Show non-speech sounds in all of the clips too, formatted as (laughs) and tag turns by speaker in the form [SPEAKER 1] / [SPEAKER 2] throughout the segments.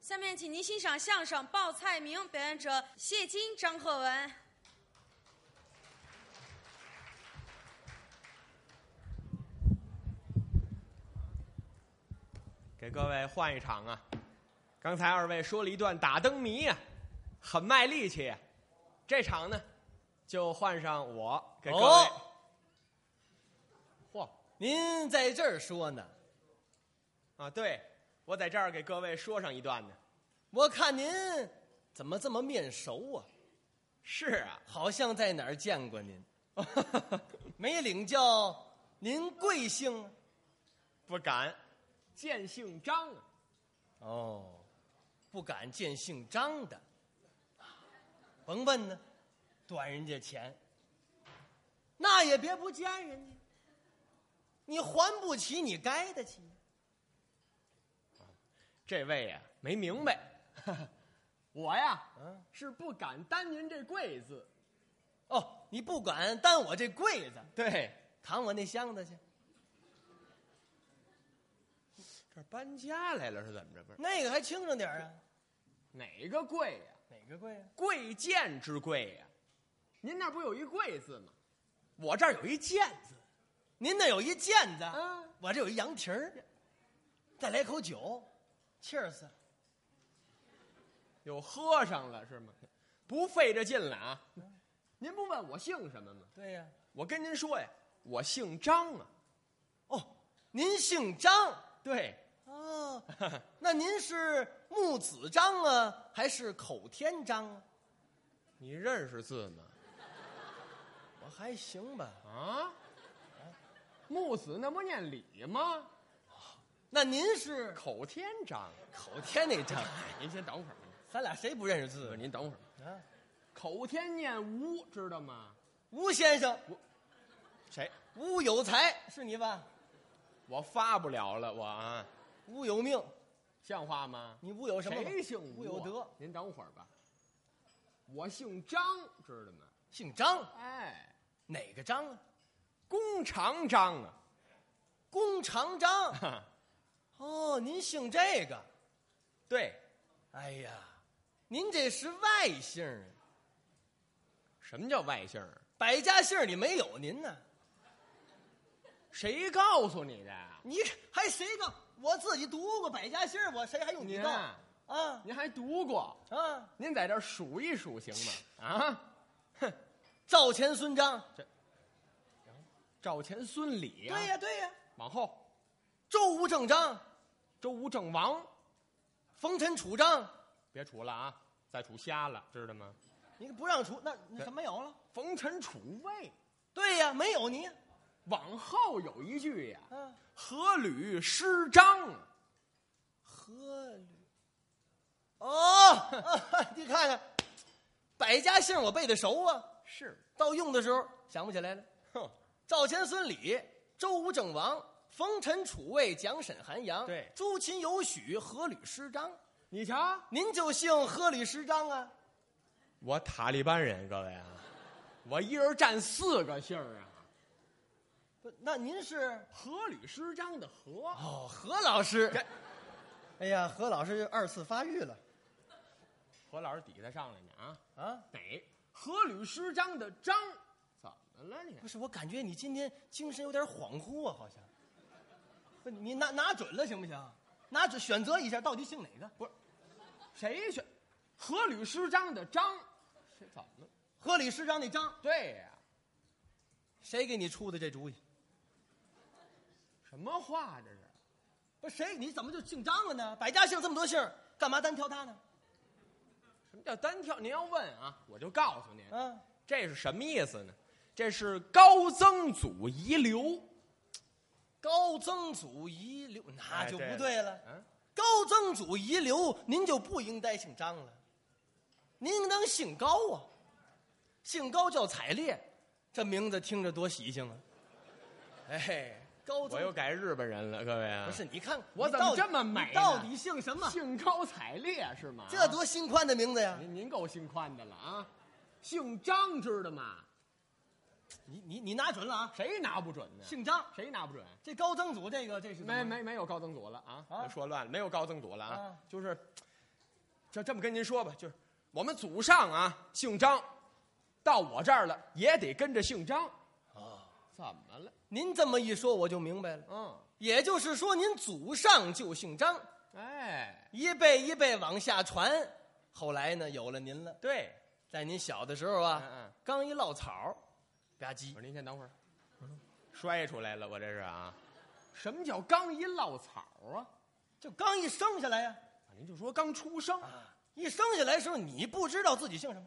[SPEAKER 1] 下面，请您欣赏相声《报菜名》，表演者谢金、张鹤文。
[SPEAKER 2] 给各位换一场啊！刚才二位说了一段打灯谜呀、很卖力气、啊这场呢，就换上我给各位。
[SPEAKER 3] 哦
[SPEAKER 2] 嚯
[SPEAKER 3] 您在这儿说呢？
[SPEAKER 2] 啊，对，我在这儿给各位说上一段呢。
[SPEAKER 3] 我看您怎么这么面熟啊？
[SPEAKER 2] 是啊，
[SPEAKER 3] 好像在哪儿见过 (laughs) 您。没领教您贵姓啊？
[SPEAKER 2] 不敢，见姓张啊。
[SPEAKER 3] 哦，不敢见姓张的，甭问呢，短人家钱，那也别不见人家。你还不起，你该得起。
[SPEAKER 2] 这位呀、没明白， (laughs) 我呀
[SPEAKER 3] 嗯，
[SPEAKER 2] 是不敢担您这贵字。
[SPEAKER 3] 哦，你不敢担我这柜子，
[SPEAKER 2] 对，
[SPEAKER 3] 扛我那箱子去。
[SPEAKER 2] 这搬家来了是怎么着？不是
[SPEAKER 3] 那个还轻省点儿啊？
[SPEAKER 2] 哪个贵呀、
[SPEAKER 3] 哪个贵啊？
[SPEAKER 2] 贵贱之贵呀、您那不有一贵字吗？我这儿有一贱字。
[SPEAKER 3] 您那有一毽子，
[SPEAKER 2] 啊
[SPEAKER 3] 我这有一羊蹄儿，再来口酒，Cheers！
[SPEAKER 2] 有喝上了是吗？不费这劲了啊！您不问我姓什么吗？
[SPEAKER 3] 对呀、
[SPEAKER 2] 我跟您说呀，我姓张啊。
[SPEAKER 3] 哦，您姓张
[SPEAKER 2] 对，
[SPEAKER 3] 哦，那您是木子张啊，还是口天张啊？
[SPEAKER 2] 你认识字吗？
[SPEAKER 3] 我还行吧。
[SPEAKER 2] 啊？木子那不念李吗？
[SPEAKER 3] 那您是
[SPEAKER 2] 口天张。
[SPEAKER 3] 口天那张，
[SPEAKER 2] 哎您先等会儿，
[SPEAKER 3] (laughs) 咱俩谁不认识
[SPEAKER 2] 不
[SPEAKER 3] 字
[SPEAKER 2] 是您等会儿。
[SPEAKER 3] 啊？
[SPEAKER 2] 口天念吴，知道吗？
[SPEAKER 3] 吴先生，
[SPEAKER 2] 谁？
[SPEAKER 3] 吴有才 (laughs) 是你吧？
[SPEAKER 2] 我发不了了，我啊，
[SPEAKER 3] 吴有命，
[SPEAKER 2] 像话吗？
[SPEAKER 3] 你吴有什么吗？
[SPEAKER 2] 谁姓吴
[SPEAKER 3] 吴有
[SPEAKER 2] 啊
[SPEAKER 3] 德，
[SPEAKER 2] 您等会儿吧。我姓张，知道吗？
[SPEAKER 3] 姓张，
[SPEAKER 2] 哎，
[SPEAKER 3] 哪个张啊？
[SPEAKER 2] 弓长张啊。
[SPEAKER 3] 弓长张。 (laughs)
[SPEAKER 2] 哈，
[SPEAKER 3] 哦，您姓这个。
[SPEAKER 2] 对，
[SPEAKER 3] 哎呀，您这是外姓儿，
[SPEAKER 2] 什么叫外姓儿？
[SPEAKER 3] 百家姓儿里没有您呢。
[SPEAKER 2] 谁告诉你的呀？
[SPEAKER 3] 你还谁告？我自己读过百家姓儿，我谁还用你
[SPEAKER 2] 您
[SPEAKER 3] 告？
[SPEAKER 2] 啊
[SPEAKER 3] 啊
[SPEAKER 2] 您还读过？
[SPEAKER 3] 啊！
[SPEAKER 2] 您在这儿数一数行吗？啊，
[SPEAKER 3] 赵钱孙张，
[SPEAKER 2] 赵钱孙李啊。
[SPEAKER 3] 对呀、对呀、
[SPEAKER 2] 往后，
[SPEAKER 3] 周吴郑张，
[SPEAKER 2] 周吴郑王，
[SPEAKER 3] 冯陈楚张，
[SPEAKER 2] 别除了啊，再除瞎了，知道吗？
[SPEAKER 3] 你不让除，那那
[SPEAKER 2] 对
[SPEAKER 3] 什么有了？
[SPEAKER 2] 冯陈楚卫，
[SPEAKER 3] 对呀、没有你。
[SPEAKER 2] 往后有一句呀，
[SPEAKER 3] 啊，
[SPEAKER 2] 阖吕失张啊。
[SPEAKER 3] 阖吕。哦、 (laughs) 啊你看看，百家姓儿我背的熟啊，
[SPEAKER 2] 是，
[SPEAKER 3] 到用的时候想不起来了。
[SPEAKER 2] 哼，
[SPEAKER 3] 赵钱孙李，周吴郑王，冯陈楚卫蒋沈韩杨，
[SPEAKER 2] 对
[SPEAKER 3] 朱秦有许，阖吕施张。
[SPEAKER 2] 你瞧，
[SPEAKER 3] 您就姓阖吕施张啊？
[SPEAKER 2] 我塔利班人，各位啊，我一人占四个姓儿啊。
[SPEAKER 3] 不，那您是？
[SPEAKER 2] 阖吕施张的阖，
[SPEAKER 3] 哦，何老师。哎呀，何老师二次发育了
[SPEAKER 2] 何老师底下上来呢啊？
[SPEAKER 3] 啊！
[SPEAKER 2] 哪？阖吕施张的张，怎么了你
[SPEAKER 3] 不？是，我感觉你今天精神有点恍惚啊，好像。不，你拿拿准了行不行？拿准选择一下，到底姓哪个？
[SPEAKER 2] 谁选？阖吕施张的张，谁怎么了？
[SPEAKER 3] 阖吕施张那张，
[SPEAKER 2] 对呀、
[SPEAKER 3] 谁给你出的这主意？
[SPEAKER 2] 什么话这是？
[SPEAKER 3] 不是谁？你怎么就姓张了呢？百家姓这么多姓儿，干嘛单挑他呢？
[SPEAKER 2] 什么叫单挑？您要问啊，我就告诉您，
[SPEAKER 3] 啊，
[SPEAKER 2] 这是什么意思呢？这是高曾祖遗留。
[SPEAKER 3] 高曾祖遗留，那就不对了。
[SPEAKER 2] 哎嗯，
[SPEAKER 3] 高曾祖遗留，您就不应该姓张了，您应当姓高啊。姓高叫采烈，这名字听着多喜庆啊！
[SPEAKER 2] 哎，
[SPEAKER 3] 高
[SPEAKER 2] 我又
[SPEAKER 3] 曾
[SPEAKER 2] 改日本人了，各位啊。
[SPEAKER 3] 不是你看
[SPEAKER 2] 我
[SPEAKER 3] 你
[SPEAKER 2] 怎么
[SPEAKER 3] 到底
[SPEAKER 2] 这么美呢
[SPEAKER 3] 你到底姓什么？
[SPEAKER 2] 兴高采烈是吗？哎
[SPEAKER 3] 这多心宽的名字呀！
[SPEAKER 2] 您您够心宽的了啊！姓张知道吗？
[SPEAKER 3] 你你你拿准了啊！
[SPEAKER 2] 谁拿不准呢？
[SPEAKER 3] 姓张，
[SPEAKER 2] 谁拿不准？
[SPEAKER 3] 这高曾祖这个这是怎么
[SPEAKER 2] 没没没有高曾祖了啊！
[SPEAKER 3] 啊
[SPEAKER 2] 我说乱了，没有高曾祖了啊！
[SPEAKER 3] 啊
[SPEAKER 2] 就是这这么跟您说吧，就是我们祖上啊姓张，到我这儿了也得跟着姓张。
[SPEAKER 3] 啊，
[SPEAKER 2] 怎么了？
[SPEAKER 3] 您这么一说，我就明白了。
[SPEAKER 2] 嗯，
[SPEAKER 3] 也就是说，您祖上就姓张，
[SPEAKER 2] 哎，
[SPEAKER 3] 一辈一辈往下传，后来呢，有了您了。
[SPEAKER 2] 对，
[SPEAKER 3] 在您小的时候啊，
[SPEAKER 2] 嗯嗯
[SPEAKER 3] 刚一落草，吧
[SPEAKER 2] 我
[SPEAKER 3] 唧
[SPEAKER 2] 说您先等会儿，摔出来了，我这是啊。嗯什么叫刚一落草啊？
[SPEAKER 3] 就刚一生下来呀、
[SPEAKER 2] 您就说刚出生，
[SPEAKER 3] 啊，一生下来的时候，你不知道自己姓什么。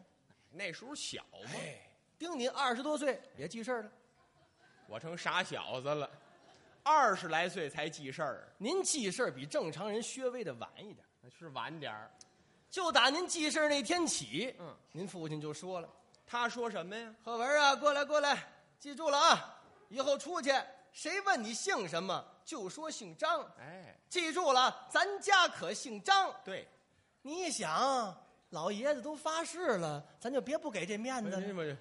[SPEAKER 2] 那时候小嘛，
[SPEAKER 3] 哎，盯你二十多岁也记事儿了。
[SPEAKER 2] 我成傻小子了，二十来岁才记事儿，
[SPEAKER 3] 您记事儿比正常人稍微的晚一点儿。
[SPEAKER 2] 是晚点儿。
[SPEAKER 3] 就打您记事儿那天起，
[SPEAKER 2] 嗯，
[SPEAKER 3] 您父亲就说了
[SPEAKER 2] 他说什么呀？：“
[SPEAKER 3] 贺文啊，过来过来，记住了啊，以后出去谁问你姓什么，就说姓张。
[SPEAKER 2] 哎，
[SPEAKER 3] 记住了啊，咱家可姓张。
[SPEAKER 2] 对，”
[SPEAKER 3] 你一想，老爷子都发誓了，咱就别不给这面子了。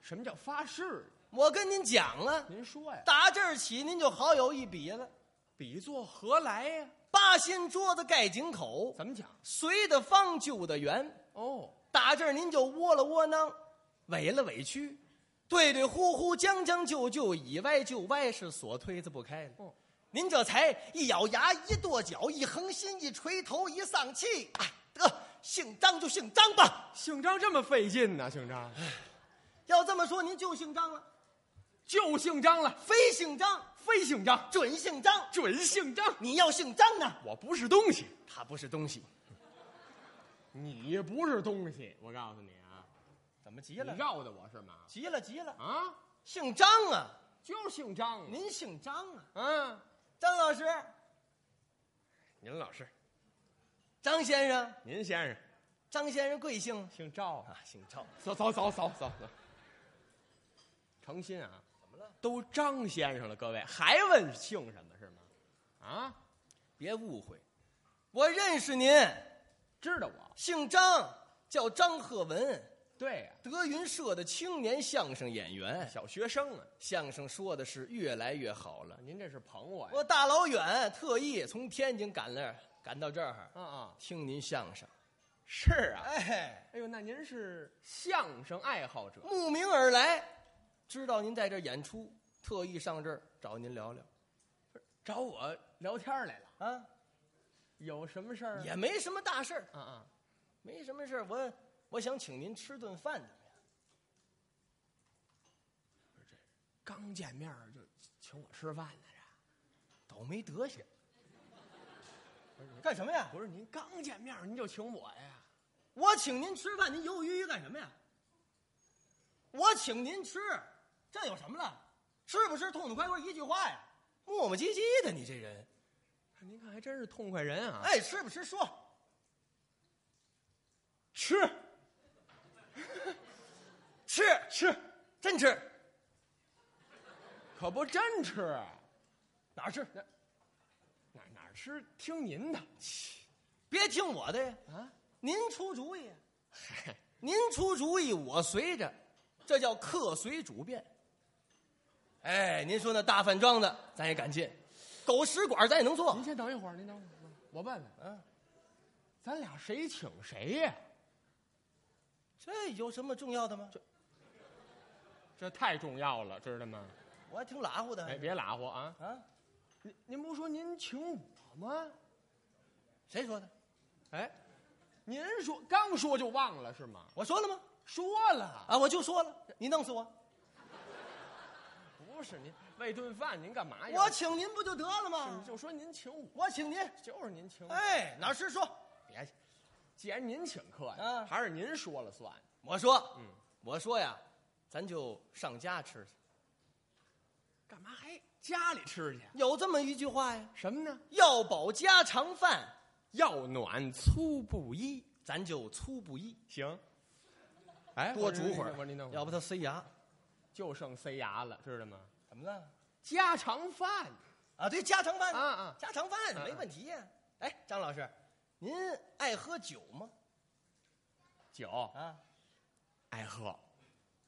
[SPEAKER 2] 什么叫发誓？
[SPEAKER 3] 我跟您讲了，
[SPEAKER 2] 您说呀，
[SPEAKER 3] 打这儿起您就好友一比了。
[SPEAKER 2] 比作何来呀？
[SPEAKER 3] 八仙桌子盖井口，
[SPEAKER 2] 怎么讲？
[SPEAKER 3] 随的方，就的圆。
[SPEAKER 2] 哦，
[SPEAKER 3] 打这儿您就窝了窝囊，委了委屈，对对呼呼，将将就就，以歪就歪，是所推子不开了。
[SPEAKER 2] 哦
[SPEAKER 3] 您这才一咬牙，一跺脚，一横心，一垂头，一丧气，哎，得姓张就姓张吧。
[SPEAKER 2] 姓张这么费劲呢、姓张
[SPEAKER 3] 要这么说，您就姓张了，
[SPEAKER 2] 就姓张了，
[SPEAKER 3] 非姓张，
[SPEAKER 2] 非姓张，
[SPEAKER 3] 准姓张。
[SPEAKER 2] 准姓张。
[SPEAKER 3] 你要姓张呢，
[SPEAKER 2] 我不是东西，
[SPEAKER 3] 他不是东西，
[SPEAKER 2] 你不是东西，我告诉你啊，
[SPEAKER 3] 怎么急
[SPEAKER 2] 你绕的我是吗？
[SPEAKER 3] 急了，急了，
[SPEAKER 2] 啊，
[SPEAKER 3] 姓张啊，
[SPEAKER 2] 就姓张啊
[SPEAKER 3] 您姓张啊，
[SPEAKER 2] 啊，
[SPEAKER 3] 张老师，
[SPEAKER 2] 您老师，
[SPEAKER 3] 张先生，
[SPEAKER 2] 您先生
[SPEAKER 3] 张先生贵姓
[SPEAKER 2] 姓赵，
[SPEAKER 3] 啊？姓赵。
[SPEAKER 2] 走走走走走走，诚心啊，怎么了？都张先生了，各位还问姓什么是吗？啊，
[SPEAKER 3] 别误会，我认识您，
[SPEAKER 2] 知道我
[SPEAKER 3] 姓张，叫张鹤文，
[SPEAKER 2] 对呀、
[SPEAKER 3] 德云社的青年相声演员。
[SPEAKER 2] 小学生啊，
[SPEAKER 3] 相声说的是越来越好了。
[SPEAKER 2] 您这是捧我呀？
[SPEAKER 3] 我大老远特意从天津赶来，赶到这儿
[SPEAKER 2] 啊啊，
[SPEAKER 3] 听您相声。
[SPEAKER 2] 是啊，
[SPEAKER 3] 哎，
[SPEAKER 2] 哎呦，那您是相声爱好者？
[SPEAKER 3] 慕名而来，知道您在这儿演出，特意上这儿找您聊聊
[SPEAKER 2] 找我聊天来了，
[SPEAKER 3] 啊，
[SPEAKER 2] 有什么事儿？
[SPEAKER 3] 也没什么大事儿，
[SPEAKER 2] 啊啊，
[SPEAKER 3] 没什么事儿。我我想请您吃顿饭，怎么样？
[SPEAKER 2] 刚见面儿就请我吃饭呢，
[SPEAKER 3] 倒霉德行，干什么呀
[SPEAKER 2] (laughs) 这？不是您刚见面儿您就请我呀？
[SPEAKER 3] 我请您吃饭，您犹犹豫豫干什么呀？我请您吃，这有什么了？吃不吃，痛痛快快，一句话呀，磨磨唧唧的，你这人，
[SPEAKER 2] 您看还真是痛快人啊！，
[SPEAKER 3] 爱哎吃不吃说。
[SPEAKER 2] 吃
[SPEAKER 3] 吃吃，真吃
[SPEAKER 2] 可不真吃啊，
[SPEAKER 3] 哪儿吃？
[SPEAKER 2] 哪哪儿吃听您的
[SPEAKER 3] 别听我的呀，
[SPEAKER 2] 啊？
[SPEAKER 3] 您出主意，
[SPEAKER 2] 嗨，
[SPEAKER 3] 您出主意，我随着，这叫客随主便。哎，您说那大饭庄的，咱也敢进；狗食馆咱也能做
[SPEAKER 2] 您。先等一会儿，您等会儿，我问问，
[SPEAKER 3] 嗯，
[SPEAKER 2] 咱俩谁请谁呀？
[SPEAKER 3] 这有什么重要的吗？
[SPEAKER 2] 这太重要了，知道吗？
[SPEAKER 3] 我还挺拉乎的。
[SPEAKER 2] 哎，别拉乎啊！
[SPEAKER 3] 啊，
[SPEAKER 2] 您您不说您请我吗？
[SPEAKER 3] 谁说的？
[SPEAKER 2] 哎，您说刚说就忘了是吗？
[SPEAKER 3] 我说了吗？
[SPEAKER 2] 说了，
[SPEAKER 3] 啊，我就说了，你弄死我，
[SPEAKER 2] 不是您为顿饭您干嘛呀？
[SPEAKER 3] 我请您不就得了
[SPEAKER 2] 哎是
[SPEAKER 3] 吗？
[SPEAKER 2] 就说您请我，
[SPEAKER 3] 我请您，
[SPEAKER 2] 就是您请我。
[SPEAKER 3] 哎，哪儿吃说，
[SPEAKER 2] 别，既然您请客呀，
[SPEAKER 3] 啊
[SPEAKER 2] 还是您说了算。
[SPEAKER 3] 我说，
[SPEAKER 2] 嗯，
[SPEAKER 3] 我说呀，咱就上家吃去。
[SPEAKER 2] 干嘛还家里吃去？啊
[SPEAKER 3] 有这么一句话呀，
[SPEAKER 2] 什么呢？
[SPEAKER 3] 要饱家常饭，
[SPEAKER 2] 要暖粗布衣，
[SPEAKER 3] 咱就粗布衣，
[SPEAKER 2] 行。哎，
[SPEAKER 3] 多煮会
[SPEAKER 2] 我说您等
[SPEAKER 3] 儿，
[SPEAKER 2] 会儿，
[SPEAKER 3] 要不他塞牙。
[SPEAKER 2] 就剩塞牙了，知道吗？
[SPEAKER 3] 怎么了？
[SPEAKER 2] 家常饭
[SPEAKER 3] 啊，对，家常饭
[SPEAKER 2] 啊，啊，
[SPEAKER 3] 家常饭
[SPEAKER 2] 啊
[SPEAKER 3] 没问题呀。哎，张老师，您爱喝酒吗？
[SPEAKER 2] 酒
[SPEAKER 3] 啊，哎
[SPEAKER 2] 爱喝，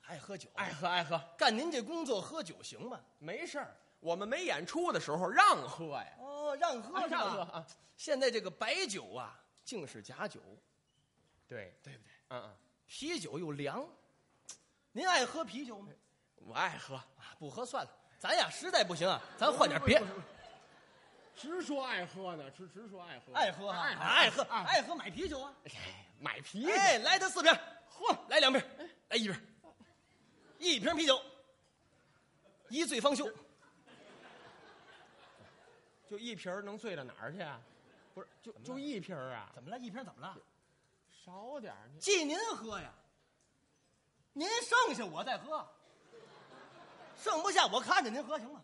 [SPEAKER 3] 爱喝酒，
[SPEAKER 2] 爱喝，爱喝，
[SPEAKER 3] 干您这工作喝酒行吗？
[SPEAKER 2] 没事儿。我们没演出的时候让喝呀，
[SPEAKER 3] 哦，让喝
[SPEAKER 2] 啊
[SPEAKER 3] 是
[SPEAKER 2] (laughs) 让喝
[SPEAKER 3] 吧？
[SPEAKER 2] 啊，
[SPEAKER 3] 现在这个白酒啊，竟是假酒，
[SPEAKER 2] 对，
[SPEAKER 3] 对不对？
[SPEAKER 2] 嗯嗯，
[SPEAKER 3] 啤酒又凉，您爱喝啤酒吗？
[SPEAKER 2] 我爱喝，
[SPEAKER 3] 啊，不喝算了，咱俩实在不行啊，咱换点别
[SPEAKER 4] 不是。不是直说爱喝呢，直直说爱喝，
[SPEAKER 3] 爱喝啊，
[SPEAKER 4] 爱
[SPEAKER 3] 爱喝，
[SPEAKER 4] 啊
[SPEAKER 3] 爱喝买啤酒啊！
[SPEAKER 2] 买啤酒，
[SPEAKER 3] 哎，来他四瓶，嚯，来两瓶，来一瓶，一瓶啤酒，一醉方休。
[SPEAKER 2] 就一瓶儿能醉到哪儿去啊？不是，就就一瓶儿啊？
[SPEAKER 3] 怎么了？一瓶怎么了？
[SPEAKER 2] 少点儿，你
[SPEAKER 3] 记您喝呀，您剩下我再喝，剩不下我看着您喝行吗？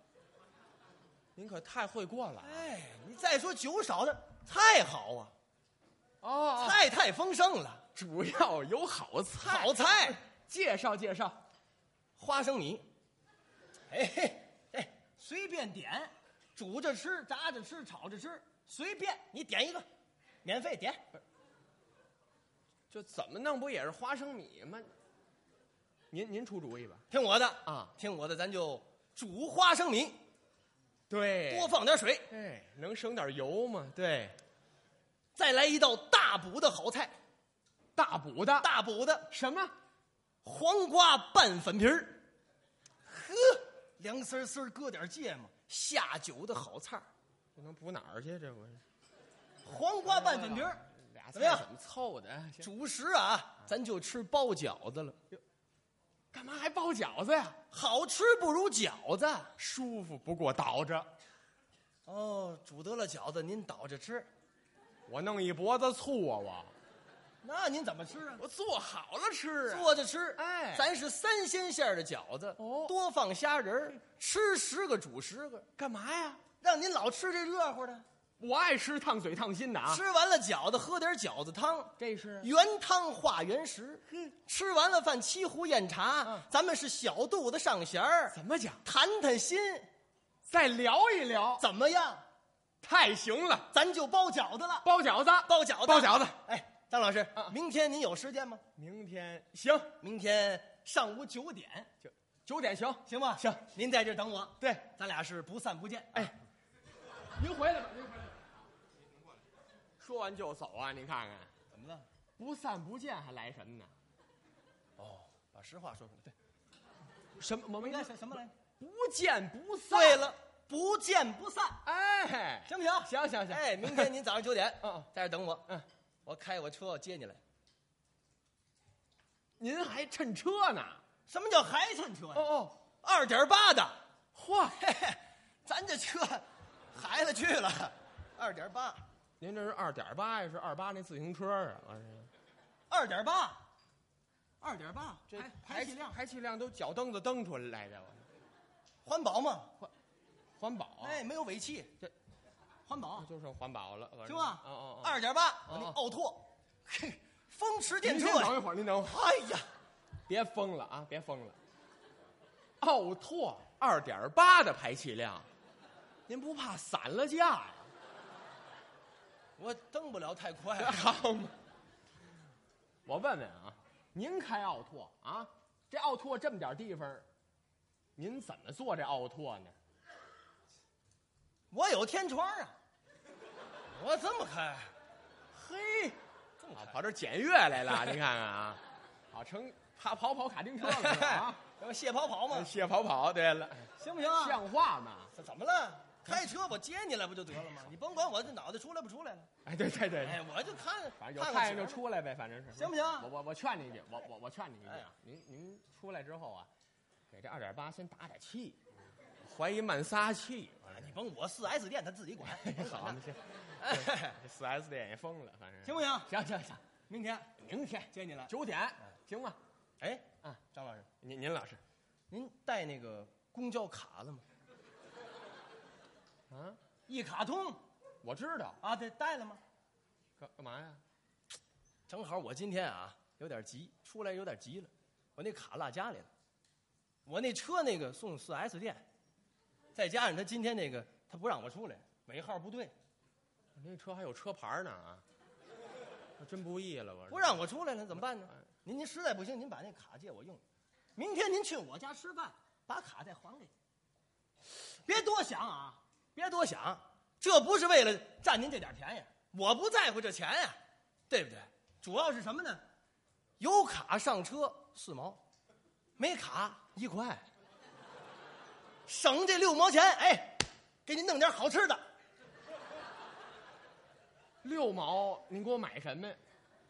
[SPEAKER 2] 您可太会过了啊。
[SPEAKER 3] 哎，你再说酒少的菜好啊，
[SPEAKER 2] 哦，哦
[SPEAKER 3] 菜太丰盛了，
[SPEAKER 2] 主要有好菜，
[SPEAKER 3] 好菜，
[SPEAKER 2] 介绍介绍。
[SPEAKER 3] 花生米，哎嘿，哎，随便点，煮着吃，炸着吃，炒着吃，随便你点一个，免费点。
[SPEAKER 2] 就怎么弄不也是花生米吗？您您出主意吧。
[SPEAKER 3] 听我的
[SPEAKER 2] 啊
[SPEAKER 3] 听我的，咱就煮花生米，
[SPEAKER 2] 对
[SPEAKER 3] 多放点水，
[SPEAKER 2] 哎，能省点油吗？对，
[SPEAKER 3] 再来一道大补的好菜，
[SPEAKER 2] 大补的
[SPEAKER 3] 大补的
[SPEAKER 2] 什么？
[SPEAKER 3] 黄瓜拌粉皮儿，呵，凉丝丝儿搁点芥末，下酒的好菜儿。
[SPEAKER 2] 这能补哪儿去？这不是
[SPEAKER 3] 黄瓜拌粉皮儿，
[SPEAKER 2] 俩
[SPEAKER 3] 怎么样
[SPEAKER 2] 菜怎么凑的？哎行
[SPEAKER 3] 主食啊，咱就吃包饺子了，
[SPEAKER 2] 干嘛还包饺子呀？
[SPEAKER 3] 好吃不如饺子。
[SPEAKER 2] 舒服不过倒着，
[SPEAKER 3] 哦，煮得了饺子，您倒着吃，
[SPEAKER 2] 我弄一脖子醋啊！我
[SPEAKER 3] 那您怎么吃啊？
[SPEAKER 2] 我做好了吃
[SPEAKER 3] 坐着吃，
[SPEAKER 2] 哎
[SPEAKER 3] 咱是三鲜馅儿的饺子，
[SPEAKER 2] 哦
[SPEAKER 3] 多放虾仁儿，吃十个煮十个，
[SPEAKER 2] 干嘛呀？
[SPEAKER 3] 让您老吃这热乎的。
[SPEAKER 2] 我爱吃烫嘴烫心的啊！
[SPEAKER 3] 吃完了饺子，喝点饺子汤，
[SPEAKER 2] 这是
[SPEAKER 3] 原汤化原食。吃完了饭，沏壶酽茶
[SPEAKER 2] 嗯，
[SPEAKER 3] 咱们是小肚子上弦儿，
[SPEAKER 2] 怎么讲？
[SPEAKER 3] 谈谈心，
[SPEAKER 2] 再聊一聊，
[SPEAKER 3] 怎么样？
[SPEAKER 2] 太行了！
[SPEAKER 3] 咱就包饺子了，
[SPEAKER 2] 包饺子，
[SPEAKER 3] 包饺子，
[SPEAKER 2] 包饺子。
[SPEAKER 3] 哎，张老师
[SPEAKER 2] 啊啊，
[SPEAKER 3] 明天您有时间吗？
[SPEAKER 2] 明天行，
[SPEAKER 3] 明天上午九点，
[SPEAKER 2] 九九点行。
[SPEAKER 3] 行吗？
[SPEAKER 2] 行，
[SPEAKER 3] 您在这儿等我，
[SPEAKER 2] 对，
[SPEAKER 3] 咱俩是不散不见。
[SPEAKER 2] 哎您回来吧，您回来吧。说完就走啊！您看看，
[SPEAKER 3] 怎么了？
[SPEAKER 2] 不散不见还来什么呢？
[SPEAKER 3] 哦，把实话说出来。对，
[SPEAKER 2] 什么？我没
[SPEAKER 3] 应该是什么来着？
[SPEAKER 2] 不见不散。
[SPEAKER 3] 对，了，不见不散，
[SPEAKER 2] 哎，
[SPEAKER 3] 行不行？
[SPEAKER 2] 行行行，
[SPEAKER 3] 哎，明天您早上九 (laughs) 点，
[SPEAKER 2] 嗯嗯
[SPEAKER 3] 在这儿等我。
[SPEAKER 2] 嗯，
[SPEAKER 3] 我开我车我接你来。
[SPEAKER 2] 您还趁车呢？
[SPEAKER 3] 什么叫还趁车呀
[SPEAKER 2] 哦？哦，
[SPEAKER 3] 二点八的，
[SPEAKER 2] 嚯，
[SPEAKER 3] 嘿嘿，咱这车，孩子去了，二点八，
[SPEAKER 2] 您这是二点八呀？是二八那自行车啊？我
[SPEAKER 3] 二点八，二点八，
[SPEAKER 2] 这
[SPEAKER 3] 排排气量
[SPEAKER 2] 排气量都脚蹬子蹬出来的，我
[SPEAKER 3] 环保嘛，
[SPEAKER 2] 环保。
[SPEAKER 3] 哎，，没有尾气，
[SPEAKER 2] 这
[SPEAKER 3] 环保
[SPEAKER 2] 就剩环保了，
[SPEAKER 3] 行吧？
[SPEAKER 2] 哦哦哦，
[SPEAKER 3] 二点八，
[SPEAKER 2] 哦
[SPEAKER 3] 那
[SPEAKER 2] 哦
[SPEAKER 3] 奥拓，嘿，风驰电
[SPEAKER 2] 您
[SPEAKER 3] 掣
[SPEAKER 2] 先等一会儿，您等一会儿。
[SPEAKER 3] 哎呀，
[SPEAKER 2] 别疯了啊！别疯了，奥拓二点八的排气量，您不怕散了架呀、 (laughs)
[SPEAKER 3] 我蹬不了太快啊
[SPEAKER 2] (laughs) 好嘛？我问问啊，您开奥拓啊，这奥拓这么点地方，您怎么做这奥拓呢？
[SPEAKER 3] 我有天窗啊，我这么开，
[SPEAKER 2] 嘿，
[SPEAKER 3] 这么
[SPEAKER 2] 啊，
[SPEAKER 3] 开，
[SPEAKER 2] 跑这儿检阅来了，您看看啊，跑成跑跑跑卡丁车了
[SPEAKER 3] 哎
[SPEAKER 2] 是吧
[SPEAKER 3] 然后卸跑跑
[SPEAKER 2] 啊！
[SPEAKER 3] 嘛，
[SPEAKER 2] 谢跑跑，对了，
[SPEAKER 3] 行不行啊？
[SPEAKER 2] 像话吗？
[SPEAKER 3] 怎怎么了？开车我接你来不就得了吗？你甭管我这脑袋出来不出来了，
[SPEAKER 2] 哎，对对对，
[SPEAKER 3] 哎，我就看，
[SPEAKER 2] 反正有
[SPEAKER 3] 看
[SPEAKER 2] 太
[SPEAKER 3] 看
[SPEAKER 2] 阳就
[SPEAKER 3] 行
[SPEAKER 2] 出来呗，反正是
[SPEAKER 3] 行不行
[SPEAKER 2] 我我我劝你一句，我我我劝你一句
[SPEAKER 3] 哎
[SPEAKER 2] 啊，您您出来之后啊，给这二点八先打点气，怀疑慢撒气。
[SPEAKER 3] 吧。哎你甭我四 S 店他自己管， (laughs)
[SPEAKER 2] 好，那行，
[SPEAKER 3] 哎
[SPEAKER 2] 这四 S 店也疯了，反正
[SPEAKER 3] 行不行？
[SPEAKER 2] 行行行，
[SPEAKER 3] 明天
[SPEAKER 2] 明天
[SPEAKER 3] 接你来。
[SPEAKER 2] 九点行吗？
[SPEAKER 3] 哎，
[SPEAKER 2] 啊，
[SPEAKER 3] 张老师，
[SPEAKER 2] 您您老师
[SPEAKER 3] 您带那个公交卡了吗？
[SPEAKER 2] 啊，
[SPEAKER 3] 一卡通
[SPEAKER 2] 我知道，
[SPEAKER 3] 啊，对，带了吗？
[SPEAKER 2] 干干嘛呀？
[SPEAKER 3] 正好我今天啊有点急，出来有点急了，我那卡落家里了，我那车那个送四 S 店，再加上他今天那个他不让我出来，尾号不对，
[SPEAKER 2] 我那车还有车牌呢啊，我真不易了，我
[SPEAKER 3] 不让我出来了，怎么办呢
[SPEAKER 2] 哎？
[SPEAKER 3] 您您实在不行，您把那卡借我用，明天您去我家吃饭，把卡再还给我。别多想啊，别多想，这不是为了占您这点便宜，我不在乎这钱呀、对不对？主要是什么呢？有卡上车四毛，没卡一块，省这六毛钱。哎，给你弄点好吃的。
[SPEAKER 2] 六毛，您给我买什么？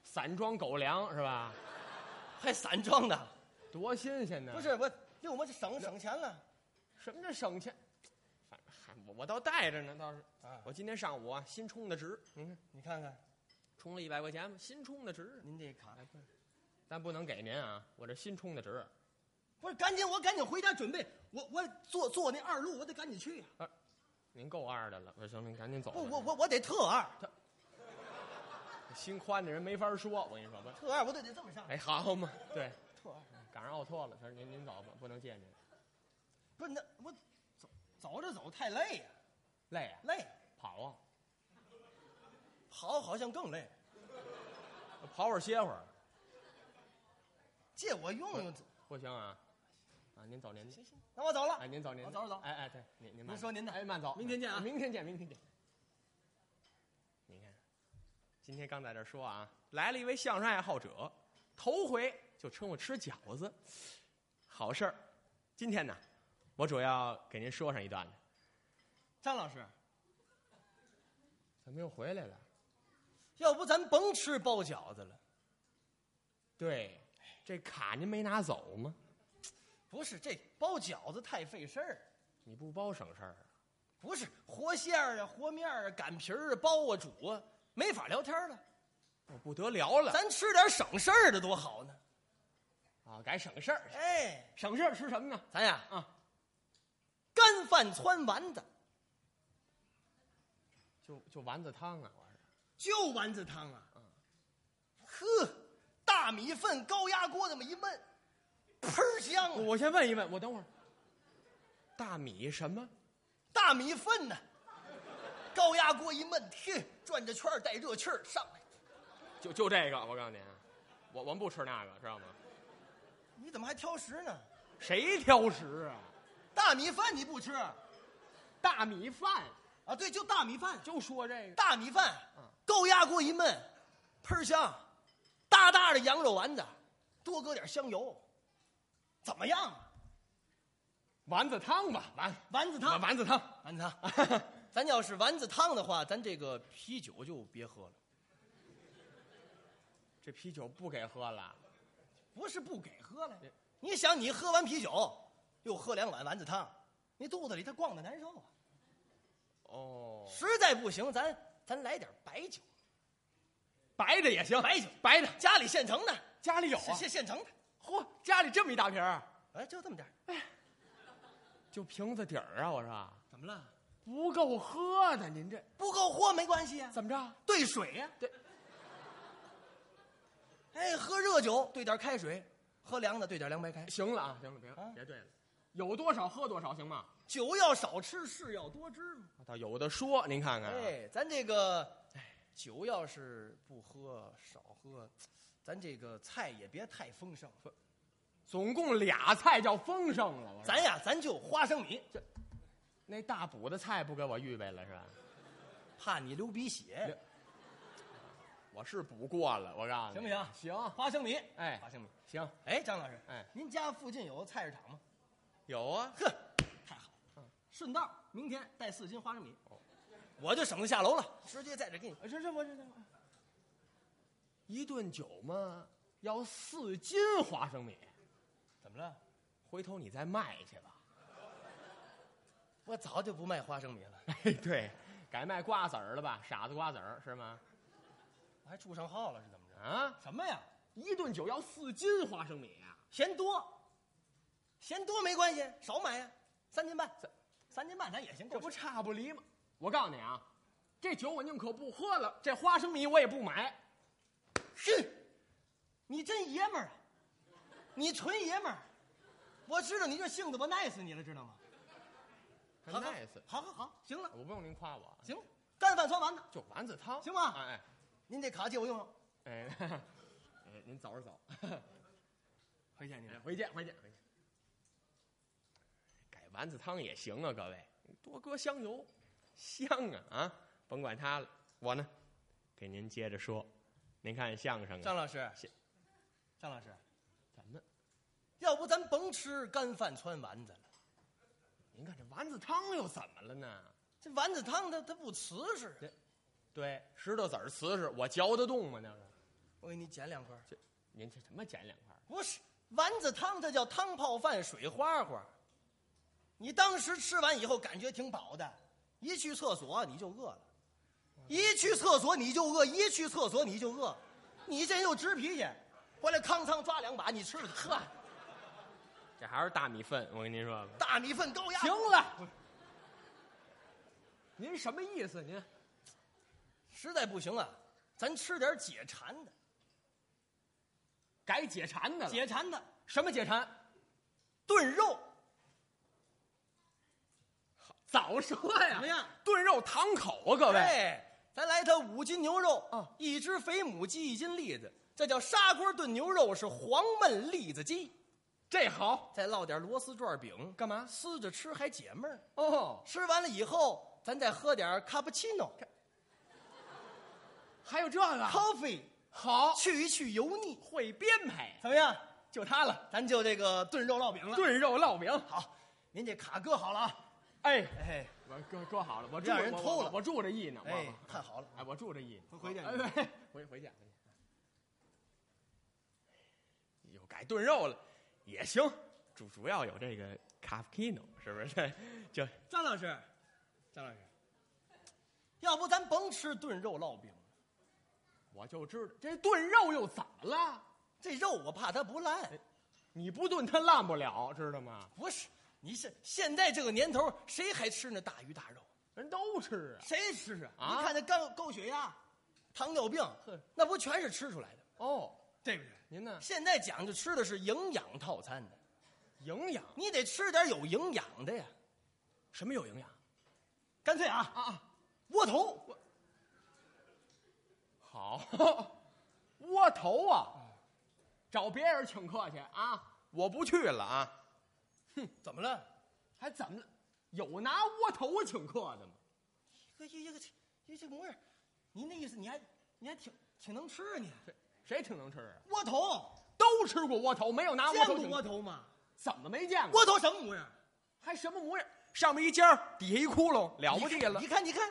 [SPEAKER 2] 散装狗粮是吧？
[SPEAKER 3] 还散装的，
[SPEAKER 2] 多新鲜呢！
[SPEAKER 3] 不，是我六毛就省省钱了
[SPEAKER 2] 什么叫省钱？反正嗨，我我倒带着呢，倒是。
[SPEAKER 3] 啊！
[SPEAKER 2] 我今天上午啊，新充的值，您看，
[SPEAKER 3] 你看看
[SPEAKER 2] 充了一百块钱嘛，新充的值，
[SPEAKER 3] 您这卡，
[SPEAKER 2] 但不能给您啊，我这新充的值。
[SPEAKER 3] 不是赶紧我赶紧回家准备，我我坐坐那二路，我得赶紧去呀、啊
[SPEAKER 2] 您够二的了，不行，您赶紧走吧。
[SPEAKER 3] 不，我我我得特二，
[SPEAKER 2] 心宽的人没法说，我跟你说吧。
[SPEAKER 3] 特二我得得这么上，
[SPEAKER 2] 哎，好嘛，对，
[SPEAKER 3] 特二
[SPEAKER 2] 赶上奥拓了，他说您您走吧，不能见您。
[SPEAKER 3] 不是那我走走着走太累呀、
[SPEAKER 2] 累啊，
[SPEAKER 3] 累，
[SPEAKER 2] 跑啊，
[SPEAKER 3] 跑好像更累，
[SPEAKER 2] 跑会儿歇会儿，
[SPEAKER 3] 借我用用。
[SPEAKER 2] 不行啊，啊，您走您的，
[SPEAKER 3] 行行，那我走了。
[SPEAKER 2] 哎，您走您的，
[SPEAKER 3] 我走着走
[SPEAKER 2] 哎哎，对，您您慢
[SPEAKER 3] 您说您的
[SPEAKER 2] 哎，慢走，
[SPEAKER 3] 明天见啊
[SPEAKER 2] 明天见，明天见。您看，今天刚在这儿说啊，来了一位相声爱好者，头回就称我吃饺子，好事儿。今天呢，我主要给您说上一段子。
[SPEAKER 3] 张老师，
[SPEAKER 2] 怎么又回来了？
[SPEAKER 3] 要不咱甭吃包饺子了？
[SPEAKER 2] 对，这卡您没拿走吗？
[SPEAKER 3] 不是，这包饺子太费事儿。
[SPEAKER 2] 你不包省事儿啊。
[SPEAKER 3] 不是和馅儿啊、和面儿啊、擀皮儿啊、包啊、煮啊，没法聊天了。
[SPEAKER 2] 我不得聊了
[SPEAKER 3] 咱吃点省事儿的多好呢！
[SPEAKER 2] 啊！改省事儿去，
[SPEAKER 3] 哎，
[SPEAKER 2] 省事儿吃什么呢？
[SPEAKER 3] 咱呀
[SPEAKER 2] 啊，
[SPEAKER 3] 干饭汆丸子，
[SPEAKER 2] 就就丸子汤啊！我是
[SPEAKER 3] 就丸子汤啊。呵，大米粉高压锅那么一焖，喷儿香啊！
[SPEAKER 2] (laughs) 我先问一问，我等会儿。大米什么？
[SPEAKER 3] 大米粉呢、高压锅一焖，嘿，转着圈儿带热气儿上来。
[SPEAKER 2] 就就这个，我告诉您，我我们不吃那个，知道吗？
[SPEAKER 3] 你怎么还挑食呢？
[SPEAKER 2] 谁挑食啊？
[SPEAKER 3] 大米饭你不吃啊？
[SPEAKER 2] 大米饭
[SPEAKER 3] 对，就大米饭，
[SPEAKER 2] 就说这个，
[SPEAKER 3] 大米饭，高压锅一焖，喷儿香，大大的羊肉丸子，多搁点香油，怎么样啊？
[SPEAKER 2] 丸子汤吧，丸
[SPEAKER 3] 丸子
[SPEAKER 2] 丸
[SPEAKER 3] 汤，
[SPEAKER 2] 丸子汤。
[SPEAKER 3] 丸子汤， (laughs) 咱要是丸子汤的话，咱这个啤酒就别喝了。
[SPEAKER 2] 这啤酒不给喝了，
[SPEAKER 3] 不是不给喝了，你想你喝完啤酒，又喝两碗丸子汤，你肚子里它逛的难受啊。
[SPEAKER 2] 哦，
[SPEAKER 3] 实在不行，咱咱来点白酒，
[SPEAKER 2] 白的也行，白酒白的，
[SPEAKER 3] 家里现成的，
[SPEAKER 2] 家里有
[SPEAKER 3] 是
[SPEAKER 2] 啊。
[SPEAKER 3] 现现成的。
[SPEAKER 2] 嚯，家里这么一大瓶儿，
[SPEAKER 3] 哎，就这么点儿
[SPEAKER 2] 就瓶子底儿啊！我说
[SPEAKER 3] 怎么了？
[SPEAKER 2] 不够喝的，您这
[SPEAKER 3] 不够喝没关系啊，
[SPEAKER 2] 怎么着？
[SPEAKER 3] 兑水呀、
[SPEAKER 2] 对，
[SPEAKER 3] 哎，喝热酒兑点开水，喝凉的兑点凉白开。
[SPEAKER 2] 行了啊，行了，别、
[SPEAKER 3] 啊
[SPEAKER 2] 别对了，有多少喝多少，行吗？
[SPEAKER 3] 酒要少吃，事要多知嘛。
[SPEAKER 2] 倒有的说，您看看啊、
[SPEAKER 3] 哎，咱这个，哎，酒要是不喝少喝，咱这个菜也别太丰盛。
[SPEAKER 2] 总共俩菜叫丰盛了。我说
[SPEAKER 3] 咱呀，咱就花生米，
[SPEAKER 2] 那大补的菜不给我预备了是吧？
[SPEAKER 3] 怕你流鼻血。
[SPEAKER 2] 我是补过了，我告诉你，
[SPEAKER 3] 行不
[SPEAKER 2] 行？行，
[SPEAKER 3] 花生米，
[SPEAKER 2] 哎
[SPEAKER 3] 花生米。
[SPEAKER 2] 行，
[SPEAKER 3] 啊哎，张老师，
[SPEAKER 2] 哎
[SPEAKER 3] 您家附近有菜市场吗？
[SPEAKER 2] 有啊，
[SPEAKER 3] 呵，太好了，顺道明天带四斤花生米，我就省得下楼了，哦啊直接在这给你。
[SPEAKER 2] 这这我这这，一顿酒嘛，要四斤花生米，
[SPEAKER 3] 怎么了？
[SPEAKER 2] 回头你再卖去吧。
[SPEAKER 3] 我早就不卖花生米了，
[SPEAKER 2] (laughs) 哎，对，改卖瓜子儿了吧？傻子瓜子儿是吗？
[SPEAKER 3] 我还住上号了是怎么着？
[SPEAKER 2] 啊，
[SPEAKER 3] 什么呀？
[SPEAKER 2] 一顿酒要四斤花生米啊！
[SPEAKER 3] 嫌多，嫌多没关系，少买呀，三斤半，三三斤半咱也行，
[SPEAKER 2] 这
[SPEAKER 3] 够
[SPEAKER 2] 不
[SPEAKER 3] 吃。
[SPEAKER 2] 差不离吗？我告诉你啊，这酒我宁可不喝了，这花生米我也不买。
[SPEAKER 3] 哼，你真爷们儿啊，你纯爷们儿，啊我知道你这性子，我耐死你了，知道吗？好好
[SPEAKER 2] nice
[SPEAKER 3] 好好好，行了
[SPEAKER 2] 我不用您夸我，
[SPEAKER 3] 行了，干饭酸丸子，
[SPEAKER 2] 就丸子汤
[SPEAKER 3] 行吗
[SPEAKER 2] 哎
[SPEAKER 3] 您这卡借我用用，
[SPEAKER 2] 哎 (laughs) 哎，哎，您早着走，
[SPEAKER 3] 回见您
[SPEAKER 2] 哎回见回见回见。改丸子汤也行啊，各位，多搁香油，香啊啊！甭管它了，我呢，给您接着说，您看相声啊
[SPEAKER 3] 张，老师
[SPEAKER 2] 谢，
[SPEAKER 3] 张老师，
[SPEAKER 2] 咱们
[SPEAKER 3] 要不咱甭吃干饭穿丸子了，
[SPEAKER 2] 您看这丸子汤又怎么了呢？
[SPEAKER 3] 这丸子汤它它不瓷实啊。
[SPEAKER 2] 对，哎石头子儿瓷实，我嚼得动吗？那是
[SPEAKER 3] 我给你捡两块儿。
[SPEAKER 2] 您这什么捡两块儿？
[SPEAKER 3] 不是丸子汤，它叫汤泡饭水花花。你当时吃完以后感觉挺饱的，一去厕所你就饿了，一去厕所你就饿，一去厕所你就饿，你这人又直脾气，回来康仓抓两把你吃了，呵，
[SPEAKER 2] 这还是大米粉，我跟您说吧。
[SPEAKER 3] 大米粉高压。
[SPEAKER 2] 行了，您什么意思？您
[SPEAKER 3] 实在不行啊，咱吃点解馋的，
[SPEAKER 2] 改解馋的了？
[SPEAKER 3] 解馋的
[SPEAKER 2] 什么解馋？
[SPEAKER 3] 炖肉
[SPEAKER 2] 早说呀！
[SPEAKER 3] 怎么样？
[SPEAKER 2] 炖肉堂口啊，各位，
[SPEAKER 3] 哎，咱来它五斤牛肉
[SPEAKER 2] 啊
[SPEAKER 3] 一只肥母鸡，一斤栗子，这叫砂锅炖牛肉，是黄焖栗子鸡。
[SPEAKER 2] 这好
[SPEAKER 3] 再烙点螺丝转饼，
[SPEAKER 2] 干嘛？
[SPEAKER 3] 撕着吃还解闷儿。
[SPEAKER 2] 哦，
[SPEAKER 3] 吃完了以后，咱再喝点卡布奇诺、
[SPEAKER 2] 还有这个
[SPEAKER 3] coffee，
[SPEAKER 2] 好
[SPEAKER 3] 去一去油腻，
[SPEAKER 2] 会编排，
[SPEAKER 3] 怎么样？
[SPEAKER 2] 就它了。
[SPEAKER 3] 咱就这个炖肉烙饼了。，
[SPEAKER 2] 炖肉烙饼，
[SPEAKER 3] 好，您这卡搁好了啊。
[SPEAKER 2] 哎，
[SPEAKER 3] 哎
[SPEAKER 2] 我搁搁好了，我
[SPEAKER 3] 让人
[SPEAKER 2] 我
[SPEAKER 3] 偷
[SPEAKER 2] 我
[SPEAKER 3] 了
[SPEAKER 2] 我住着意呢，我
[SPEAKER 3] 哎，看好了，
[SPEAKER 2] 哎，我住着意呢，
[SPEAKER 3] 回回见
[SPEAKER 2] 哎对回回见回见。又改炖肉了，也行，主主要有这个 cappuccino，是不是？就
[SPEAKER 3] 张老师，张老师，要不咱甭吃炖肉烙饼了，
[SPEAKER 2] 我就知道这炖肉又怎么了？
[SPEAKER 3] 这肉我怕它不烂。
[SPEAKER 2] 哎你不炖它烂不了，知道吗？
[SPEAKER 3] 不是，你是现在这个年头，谁还吃那大鱼大肉？
[SPEAKER 2] 人都吃啊。
[SPEAKER 3] 谁吃
[SPEAKER 2] 啊
[SPEAKER 3] 你看那高高血压、糖尿病，那不全是吃出来的吗，
[SPEAKER 2] 哦，
[SPEAKER 3] 对不对？
[SPEAKER 2] 您呢？
[SPEAKER 3] 现在讲究吃的是营养套餐的，
[SPEAKER 2] 营养
[SPEAKER 3] 你得吃点有营养的呀。
[SPEAKER 2] 什么有营养
[SPEAKER 3] 干脆啊，
[SPEAKER 2] 啊啊？
[SPEAKER 3] 窝头，
[SPEAKER 2] 好， (laughs) 窝头啊，找别人请客去啊，我不去了啊。
[SPEAKER 3] 怎么了？
[SPEAKER 2] 还怎么了？有拿窝头请客的吗？
[SPEAKER 3] 一个一个这一这模样，您那意思，你还你还挺挺能吃啊你？
[SPEAKER 2] 谁挺能吃啊？
[SPEAKER 3] 窝头，
[SPEAKER 2] 都吃过窝头，没有拿窝
[SPEAKER 3] 见
[SPEAKER 2] 头
[SPEAKER 3] 过
[SPEAKER 2] 请
[SPEAKER 3] 窝
[SPEAKER 2] 客，
[SPEAKER 3] 头吗？
[SPEAKER 2] 怎么没见过？
[SPEAKER 3] 窝头什么模样？
[SPEAKER 2] 还什么模样？上面一尖儿，底下一窟窿，了不
[SPEAKER 3] 你
[SPEAKER 2] 地
[SPEAKER 3] 看
[SPEAKER 2] 了
[SPEAKER 3] 你。看你看，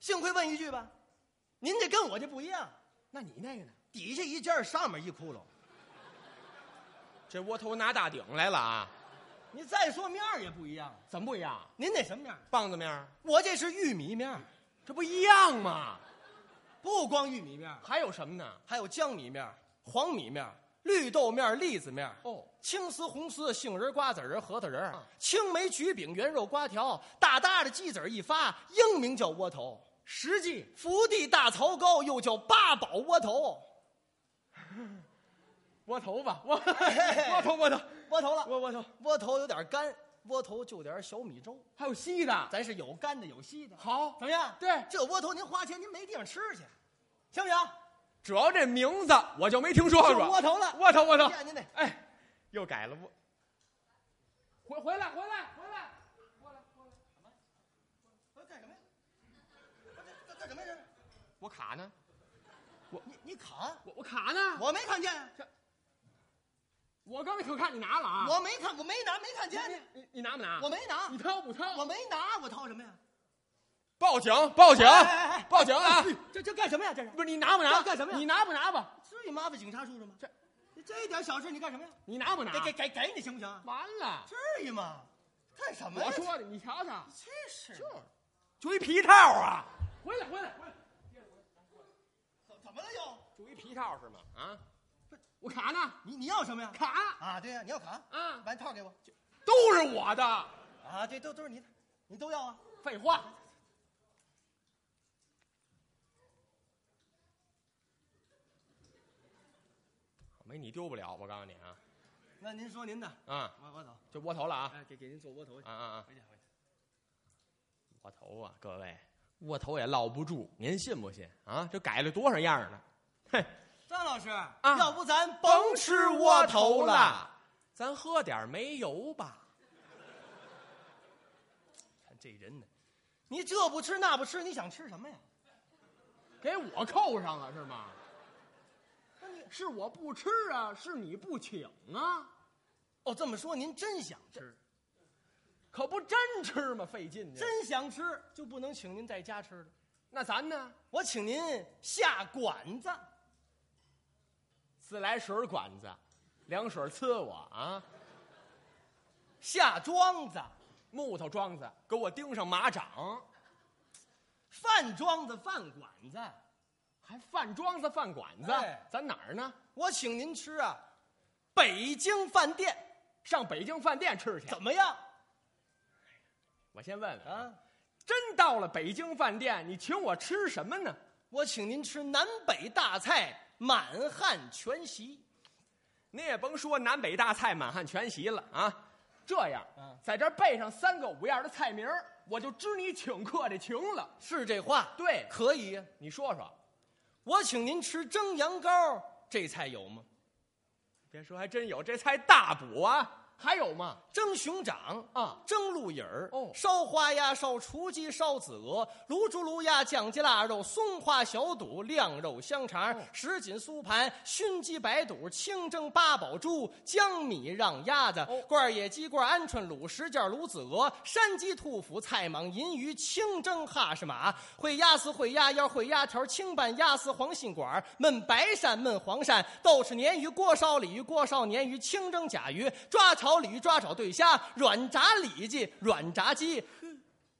[SPEAKER 3] 幸亏问一句吧，您这跟我这不一样，
[SPEAKER 2] 那你那个呢？
[SPEAKER 3] 底下一尖儿，上面一窟窿，
[SPEAKER 2] 这窝头拿大顶来了啊？
[SPEAKER 3] 你再说面儿也不一样。啊
[SPEAKER 2] 怎么不一样？啊
[SPEAKER 3] 您那什么面儿？
[SPEAKER 2] 棒子面儿，
[SPEAKER 3] 我这是玉米面儿，
[SPEAKER 2] 这不一样吗？
[SPEAKER 3] 不光玉米面儿，
[SPEAKER 2] 还有什么呢？
[SPEAKER 3] 还有江米面儿、黄米面儿、绿豆面儿、栗子面儿
[SPEAKER 2] 哦
[SPEAKER 3] 青丝、红丝、杏仁儿、瓜子仁儿、核桃仁儿、
[SPEAKER 2] 啊
[SPEAKER 3] 青梅、橘饼、圆肉、瓜条，大大的鸡子儿一发，英名叫窝头。
[SPEAKER 2] 实际
[SPEAKER 3] 福地大槽糕又叫八宝窝头，
[SPEAKER 2] 窝头 (laughs) 吧，窝
[SPEAKER 3] 嘿
[SPEAKER 2] 窝头窝头
[SPEAKER 3] 窝头了。
[SPEAKER 2] 窝窝头，
[SPEAKER 3] 窝头有点干，窝头就点儿小米粥，
[SPEAKER 2] 还有稀的，
[SPEAKER 3] 咱是有干的有稀的。
[SPEAKER 2] 好
[SPEAKER 3] 怎么样？
[SPEAKER 2] 对
[SPEAKER 3] 这窝头您花钱您没地方吃去，行不行？
[SPEAKER 2] 主要这名字我就没听说
[SPEAKER 3] 就
[SPEAKER 2] 过。
[SPEAKER 3] 窝头了
[SPEAKER 2] 窝头窝头
[SPEAKER 3] 见您得，
[SPEAKER 2] 哎，又改了窝。回回来回来回来，
[SPEAKER 3] 干什么呀？干干什么呀？
[SPEAKER 2] 我卡呢，
[SPEAKER 3] 你你卡？
[SPEAKER 2] 我我卡呢，
[SPEAKER 3] 我没看见，啊
[SPEAKER 2] 我刚才可看你拿了啊，
[SPEAKER 3] 我没看，我没拿，没看见呢，
[SPEAKER 2] 你你拿不拿？
[SPEAKER 3] 我没拿
[SPEAKER 2] 你，掏不掏？
[SPEAKER 3] 我没拿，我掏什么呀？
[SPEAKER 2] 报警报警
[SPEAKER 3] 哎哎哎
[SPEAKER 2] 报警啊！
[SPEAKER 3] 这这干什么呀？这是
[SPEAKER 2] 不是你拿不拿？
[SPEAKER 3] 干什么呀
[SPEAKER 2] 你拿不拿吧？
[SPEAKER 3] 至于麻烦警察叔叔吗？
[SPEAKER 2] 这啊
[SPEAKER 3] 这这一点小事你干什么呀？
[SPEAKER 2] 你拿不拿？
[SPEAKER 3] 给给给给你行不行？
[SPEAKER 2] 完了，
[SPEAKER 3] 至于吗？干什么呀？
[SPEAKER 2] 我说的，你瞧瞧，
[SPEAKER 3] 这是
[SPEAKER 2] 就一皮套啊！回来回来回来。
[SPEAKER 3] 怎怎么了又？
[SPEAKER 2] 住一皮套是吗？啊，我卡呢，
[SPEAKER 3] 你你要什么呀？
[SPEAKER 2] 卡
[SPEAKER 3] 啊，对呀，你要卡，
[SPEAKER 2] 啊，
[SPEAKER 3] 把你套给我
[SPEAKER 2] 都是我的。
[SPEAKER 3] 啊，对，都都是你的，你都要啊？
[SPEAKER 2] 废话，没你丢不了，我告诉你啊
[SPEAKER 3] 那您说您的，
[SPEAKER 2] 啊，
[SPEAKER 3] 我我走，
[SPEAKER 2] 就窝头了啊
[SPEAKER 3] 哎，给给您做窝头去
[SPEAKER 2] 啊，啊啊！
[SPEAKER 3] 回去回去。
[SPEAKER 2] 窝头啊，各位，窝头也落不住，您信不信啊？这改了多少样了？嘿，
[SPEAKER 3] 张老师，要不咱
[SPEAKER 2] 甭
[SPEAKER 3] 啊甭
[SPEAKER 2] 吃
[SPEAKER 3] 吃
[SPEAKER 2] 窝
[SPEAKER 3] 窝
[SPEAKER 2] 头
[SPEAKER 3] 头了。
[SPEAKER 2] 了，咱喝点煤油吧。
[SPEAKER 3] 看这人呢，你这不吃那不吃，你想吃什么呀？
[SPEAKER 4] 啊
[SPEAKER 2] 给我扣上了是吗？
[SPEAKER 4] 是我不吃啊，是你不请啊。
[SPEAKER 3] 哦，这么说您真想吃，
[SPEAKER 4] 吃，
[SPEAKER 2] 可不真吃吗？费劲呢。
[SPEAKER 3] 真想吃就不能请您在家吃了，
[SPEAKER 2] 那咱呢？
[SPEAKER 3] 我请您下馆子。
[SPEAKER 2] 自来水管子，凉水呲我啊！
[SPEAKER 3] 下庄子、
[SPEAKER 2] 木头桩子，给我钉上马掌，
[SPEAKER 3] 饭庄子、饭馆子，
[SPEAKER 2] 还饭庄子、饭馆子，
[SPEAKER 3] 哎
[SPEAKER 2] 咱哪儿呢？
[SPEAKER 3] 我请您吃啊，北京饭店
[SPEAKER 2] 上北京饭店吃去。
[SPEAKER 3] 怎么样
[SPEAKER 2] 我先问问，
[SPEAKER 3] 啊？
[SPEAKER 2] 真到了北京饭店，你请我吃什么呢？
[SPEAKER 3] 我请您吃南北大菜满汉全席。
[SPEAKER 2] 你也甭说南北大菜满汉全席了啊！这样
[SPEAKER 3] 嗯，
[SPEAKER 2] 在这儿备上三个五样的菜名儿，我就知你请客的情了。
[SPEAKER 3] 是这话？
[SPEAKER 2] 对
[SPEAKER 3] 可以啊呀。
[SPEAKER 2] 你说说，
[SPEAKER 3] 我请您吃蒸羊羔，这菜有吗？
[SPEAKER 2] 别说还真有这菜大补啊！还有吗？
[SPEAKER 3] 蒸熊掌
[SPEAKER 2] 啊，
[SPEAKER 3] 蒸鹿尾儿，
[SPEAKER 2] 哦
[SPEAKER 3] 烧花鸭、烧雏鸡、烧子鹅，卤猪、卤鸭、酱鸡、腊肉、松花小肚、晾肉香肠、
[SPEAKER 2] 哦
[SPEAKER 3] 什锦酥盘、熏鸡白肚、清蒸八宝猪、江米让鸭子、
[SPEAKER 2] 哦
[SPEAKER 3] 罐儿野鸡、罐儿鹌鹑、卤什件、卤子鹅、山鸡兔脯、菜蟒、银鱼、清蒸哈士马、烩鸭丝、烩鸭腰、烩鸭条、清拌鸭丝、黄信管儿、焖白鳝、焖黄鳝、豆豉鲶鱼、锅烧鲤鱼、锅烧鲶鱼、清蒸甲鱼、抓炒鲤鱼、抓炒对虾、软炸里脊、软炸鸡，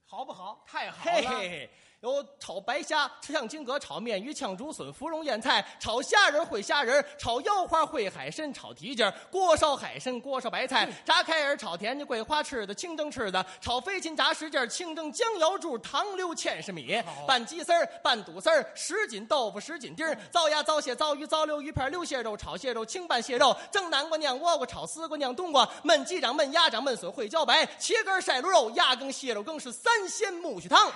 [SPEAKER 3] 好不好？
[SPEAKER 2] 太好
[SPEAKER 3] 嘿
[SPEAKER 2] 了！
[SPEAKER 3] 嘿嘿，有炒白虾、呛金鹅、炒面鱼、呛竹笋、芙蓉腌菜、炒虾仁儿烩虾仁儿、炒腰花烩海参、炒蹄筋儿、锅烧海参、锅烧白菜、
[SPEAKER 2] 嗯
[SPEAKER 3] 炸开耳、炒甜的桂花翅的、清蒸翅的、炒飞禽、炸什件儿、清蒸江瑶柱、糖溜芡实米、
[SPEAKER 2] 啊
[SPEAKER 3] 拌鸡丝儿、拌肚丝儿、什锦豆腐、什锦丁儿、糟鸭、糟蟹、糟鱼、糟溜鱼片儿、溜蟹肉、炒蟹肉、清拌蟹肉、蒸南瓜、酿倭瓜、炒丝瓜、酿冬瓜、焖鸡掌、焖鸭掌、焖笋、烩茭白、茄根儿晒卤肉、压羹蟹肉羹是三鲜苜蓿汤。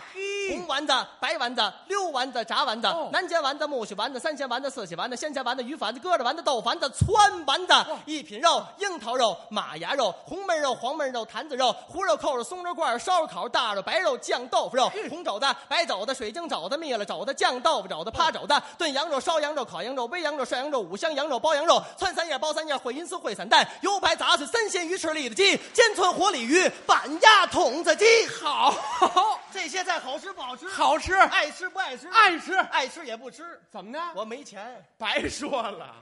[SPEAKER 3] 红丸子、白丸子、溜丸子、炸丸子、南煎丸子、苜蓿丸子、三鲜丸子、四喜丸子、鲜虾丸子、鱼丸子、疙瘩丸子、豆丸子、汆丸子、一品肉、樱桃肉、马牙肉、红焖肉、黄焖肉、坛子肉、胡肉、扣肉、松肉罐、烧烤、大肉、白肉、酱豆腐肉、红肘子、白肘子、水晶肘子、蜜了肘子、酱豆腐肘子、趴肘子、炖羊肉、烧羊肉、烤羊肉、煨羊肉、涮羊肉、五香羊肉、包羊肉、汆三叶、包三叶、烩银丝、烩散蛋、油排杂碎、三鲜鱼翅、里的鸡、尖寸活鲤鱼、板鸭、筒子鸡。
[SPEAKER 2] 好，
[SPEAKER 3] 这些菜好吃不好吃？
[SPEAKER 2] 好吃，
[SPEAKER 3] 爱吃不爱吃？
[SPEAKER 2] 爱吃。
[SPEAKER 3] 爱吃也不吃，
[SPEAKER 2] 啊怎么呢？
[SPEAKER 3] 我没钱。
[SPEAKER 2] 白说了，